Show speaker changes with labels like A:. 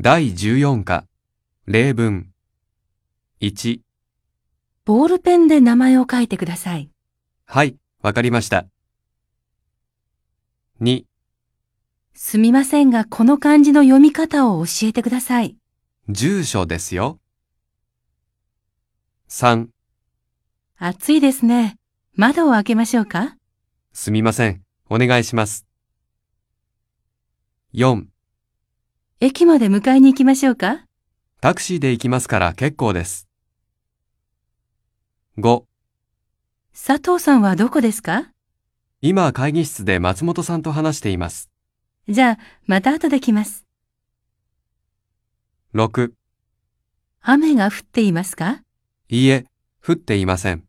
A: 第14課、例文。1、
B: ボールペンで名前を書いてください。
A: はい、わかりました。2、
B: すみませんが、この漢字の読み方を教えてください。
A: 住所ですよ。3、
B: 暑いですね。窓を開けましょうか
A: すみません、お願いします。4、
B: 駅まで迎えに行きましょうか
A: タクシーで行きますから結構です。5、
B: 佐藤さんはどこですか
A: 今会議室で松本さんと話しています。
B: じゃあ、また後で来ます。
A: 6、
B: 雨が降っていますか
A: いいえ、降っていません。